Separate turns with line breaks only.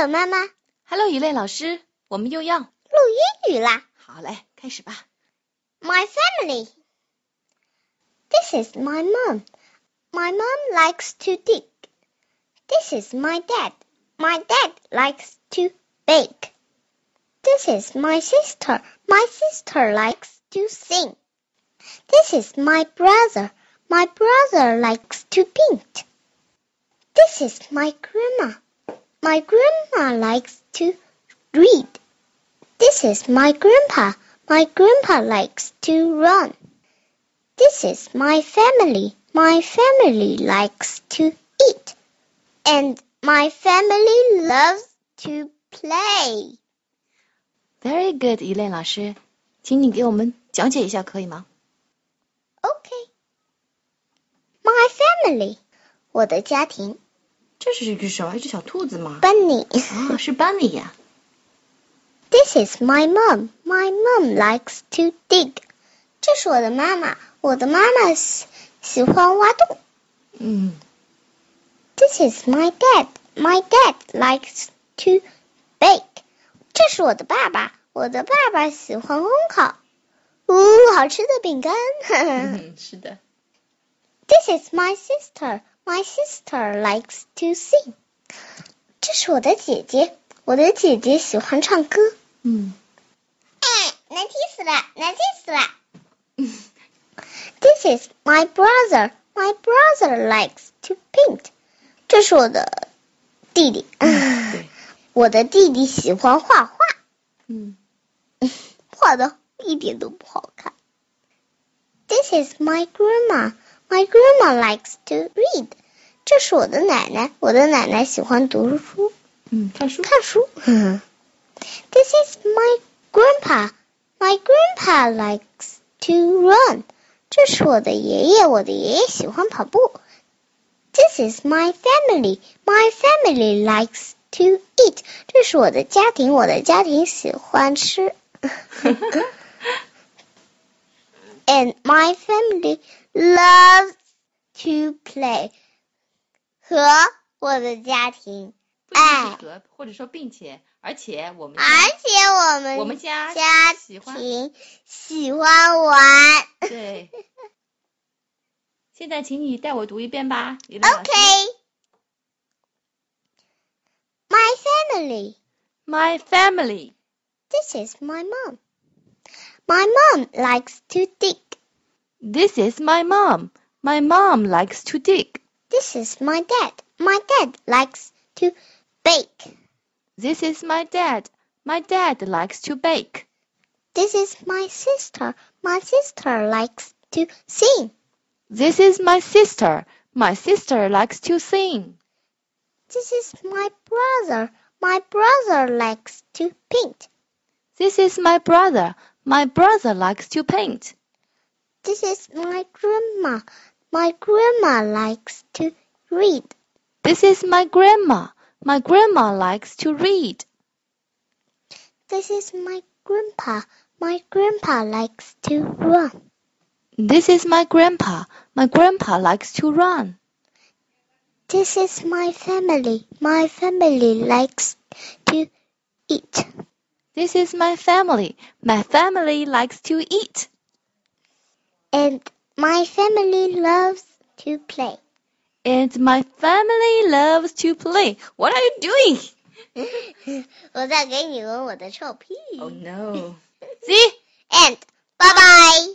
友妈妈，录
Hello，一类老师，我们又要
英语啦。
好嘞，开始吧。
My family. This is my mom. My mom likes to dig. This is my dad. My dad likes to bake. This is my sister. My sister likes to sing. This is my brother. My brother likes to paint. This is my grandma. My grandma likes to read. This is my grandpa. My grandpa likes to run. This is my family. My family likes to eat. And my family loves to play.
Very good，一类老师，请你给我们讲解一下，可以吗？
Okay. My family. 我的家庭
这是一只什么？一只小兔子吗？
，Bunny.
啊，是班尼呀。
This is my mom. My mom likes to dig. 这是我的妈妈。我的妈妈喜喜欢挖洞。
嗯
This is my dad. My dad likes to bake. 这是我的爸爸，我的爸爸喜欢烘烤。呜、好吃的饼干。
嗯，是的。
This is my sister. My sister likes to sing. 这是我的姐姐，我的姐姐喜欢唱歌。
嗯
哎，难听死了，难听死了。This is my brother. My brother likes to paint. 这是我的弟弟。
嗯，对，
我的弟弟喜欢画画，
嗯
画的一点都不好看。This is my grandma. My grandma likes to read. 这是我的奶奶，我的奶奶喜欢读书
嗯，看书。
看书。This is my grandpa. My grandpa likes to run. 这是我的爷爷，我的爷爷喜欢跑步。This is my family. My family likes to eat. 这是我的家庭，我的家庭喜欢吃。And my family loves to play. 和我的家庭，
不仅是和，或者说并且，而且我们
而且我们
我们家
家
喜欢
庭喜欢玩。
对。现在请你带我读一遍吧，一类老师。
Okay. My family.
My family.
This is my mom. My mom likes to dig.
This is my mom. My mom likes to dig.
This is my dad. My dad likes to bake.
This is my dad. My dad likes to bake.
This is my sister. My sister likes to sing.
This is my sister. My sister likes to sing.
This is my brother. My brother likes to paint.
This is my brother. My brother likes to paint.
This is my grandma. My grandma likes to read.
This is my grandma. My grandma likes to read.
This is my grandpa. My grandpa likes to run.
This is my grandpa. My grandpa likes to run.
This is my family. My family likes to eat.
This is my family. My family likes to eat.
And my family loves to play.
And my family loves to play. What are you doing?
我在给你闻我的臭屁。Oh,
Oh, no. See?
And bye bye.